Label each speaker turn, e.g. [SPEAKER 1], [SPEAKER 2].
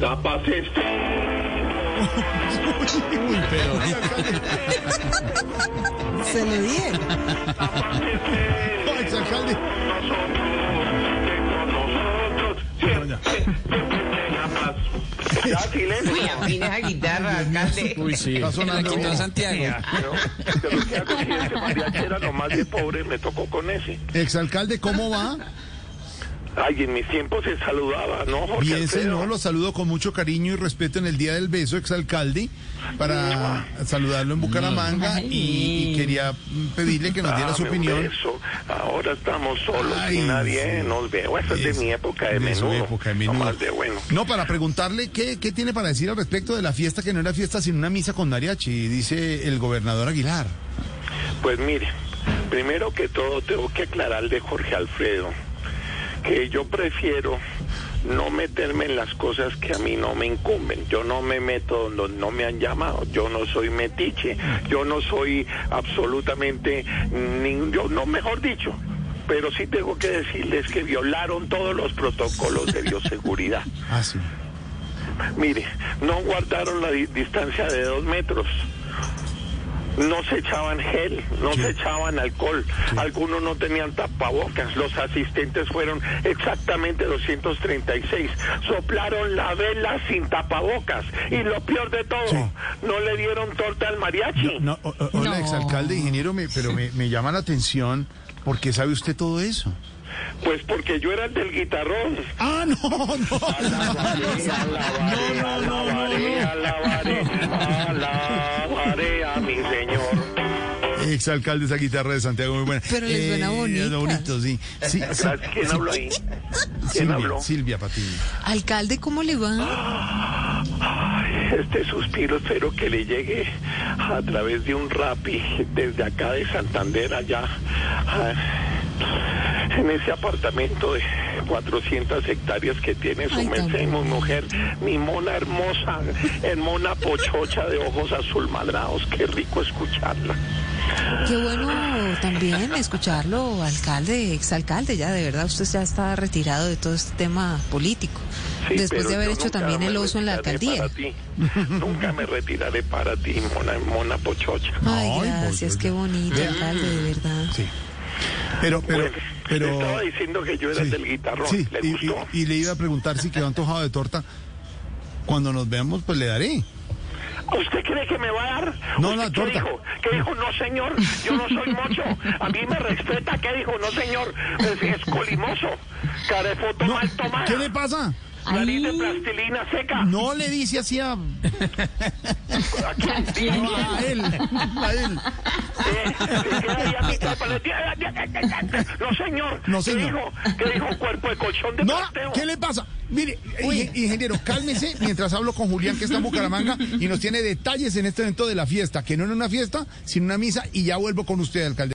[SPEAKER 1] La paz es...
[SPEAKER 2] Uy, pero.
[SPEAKER 3] Se lo dije.
[SPEAKER 2] Ay, alcalde.
[SPEAKER 1] Ya, silencio.
[SPEAKER 4] Uy, afina esa guitarra, alcalde.
[SPEAKER 2] Uy, sí.
[SPEAKER 4] Está sonando
[SPEAKER 2] Quitó
[SPEAKER 4] como-
[SPEAKER 2] Santiago.
[SPEAKER 1] Pero, pero que hago si ese mariachi era nomás de pobre, me tocó con ese.
[SPEAKER 2] Exalcalde, ¿cómo va?
[SPEAKER 1] Ay, en mis tiempos se saludaba, ¿no, Jorge
[SPEAKER 2] Bien,
[SPEAKER 1] Alfredo?
[SPEAKER 2] señor, lo saludo con mucho cariño y respeto en el Día del Beso, exalcalde, para saludarlo en Bucaramanga y, y quería mm, pedirle que nos diera su
[SPEAKER 1] Dame un
[SPEAKER 2] opinión.
[SPEAKER 1] beso. Ahora estamos solos
[SPEAKER 2] Ay,
[SPEAKER 1] y nadie
[SPEAKER 2] sí.
[SPEAKER 1] nos ve. Esa es de
[SPEAKER 2] Es
[SPEAKER 1] mi época de,
[SPEAKER 2] de su
[SPEAKER 1] menudo.
[SPEAKER 2] época de menudo.
[SPEAKER 1] No más de bueno.
[SPEAKER 2] No, para preguntarle qué, qué tiene para decir al respecto de la fiesta, que no era fiesta, sino una misa con mariachi, dice el gobernador Aguilar.
[SPEAKER 1] Pues mire, primero que todo tengo que aclarar de Jorge Alfredo que yo prefiero no meterme en las cosas que a mí no me incumben. Yo no me meto donde no me han llamado. Yo no soy metiche. Yo no soy absolutamente ningún. Yo no, mejor dicho. Pero sí tengo que decirles que violaron todos los protocolos de bioseguridad.
[SPEAKER 2] Ah, sí.
[SPEAKER 1] Mire, no guardaron la di- distancia de dos metros. No se echaban gel, no se echaban alcohol. Algunos no tenían tapabocas. Los asistentes fueron exactamente 236. Soplaron la vela sin tapabocas. Y lo peor de todo,
[SPEAKER 2] Sí.
[SPEAKER 1] no le dieron torta al mariachi.
[SPEAKER 2] No, o- o- hola,
[SPEAKER 4] No.
[SPEAKER 2] exalcalde, ingeniero, me- pero me, me llama la atención, ¿por qué sabe usted todo eso?
[SPEAKER 1] Pues porque yo era el del guitarrón.
[SPEAKER 2] Ah, no, no.
[SPEAKER 1] no, no, Alabaré, alabaré a mi señor.
[SPEAKER 2] Exalcalde, esa guitarra de Santiago, muy buena.
[SPEAKER 3] Pero le suena bonita.
[SPEAKER 2] es bonito, sí. Sí, sí,
[SPEAKER 1] ¿Quién habló ahí? ¿Quién
[SPEAKER 2] Silvia,
[SPEAKER 1] habló?
[SPEAKER 2] Silvia Patiño.
[SPEAKER 3] Alcalde, ¿cómo le va?
[SPEAKER 1] Ay, Este suspiro espero que le llegue a través de un rapi desde acá de Santander allá a- en ese apartamento de 400 hectáreas que tiene su
[SPEAKER 3] Ay, tan
[SPEAKER 1] merced, mi mujer, mi mona hermosa, hermona pochocha de ojos azul madrados, qué rico escucharla.
[SPEAKER 3] Qué bueno también escucharlo, alcalde, exalcalde, ya de verdad usted ya está retirado de todo este tema político.
[SPEAKER 1] Sí,
[SPEAKER 3] Después
[SPEAKER 1] pero
[SPEAKER 3] de haber
[SPEAKER 1] yo
[SPEAKER 3] hecho
[SPEAKER 1] nunca
[SPEAKER 3] también
[SPEAKER 1] me
[SPEAKER 3] el oso en la
[SPEAKER 1] retiraré
[SPEAKER 3] alcaldía.
[SPEAKER 1] para ti. nunca me retiraré para ti, mona, mona pochocha.
[SPEAKER 3] Ay,
[SPEAKER 2] Ay,
[SPEAKER 3] gracias,
[SPEAKER 2] por Dios.
[SPEAKER 3] qué bonito, alcalde, de verdad.
[SPEAKER 2] Sí. Pero, pero,
[SPEAKER 1] Bueno,
[SPEAKER 2] pero.
[SPEAKER 1] le Pues, estaba diciendo que yo era el del guitarrón.
[SPEAKER 2] Sí,
[SPEAKER 1] ¿Le
[SPEAKER 2] y,
[SPEAKER 1] gustó?
[SPEAKER 2] y- y le iba a preguntar si quedó antojado de torta. Cuando nos veamos, pues le daré.
[SPEAKER 1] ¿Usted cree que me va a dar?
[SPEAKER 2] No,
[SPEAKER 1] ¿Usted
[SPEAKER 2] la
[SPEAKER 1] ¿Qué
[SPEAKER 2] torta.
[SPEAKER 1] dijo? ¿Qué dijo? No, señor. Yo no soy mocho. A mí me respeta. ¿Qué dijo? No, señor. Es, es colimoso. Cara de foto mal tomada.
[SPEAKER 2] ¿Qué le pasa?
[SPEAKER 1] Nariz de
[SPEAKER 3] Ay.
[SPEAKER 1] plastilina seca.
[SPEAKER 2] No le dice así a, a
[SPEAKER 1] ¿A quién? Dime,
[SPEAKER 2] él. A él.
[SPEAKER 1] eh, se queda ahí a mitad de pala- No, señor.
[SPEAKER 2] No, señor.
[SPEAKER 1] ¿Qué dijo? ¿Qué dijo? Cuerpo de colchón de
[SPEAKER 2] No,
[SPEAKER 1] planteo.
[SPEAKER 2] ¿qué le pasa? Mire, ingen- ingeniero, cálmese mientras hablo con Julián, que está en Bucaramanga, y nos tiene detalles en este evento de la fiesta, que no era una fiesta, sino una misa, y ya vuelvo con usted, alcalde.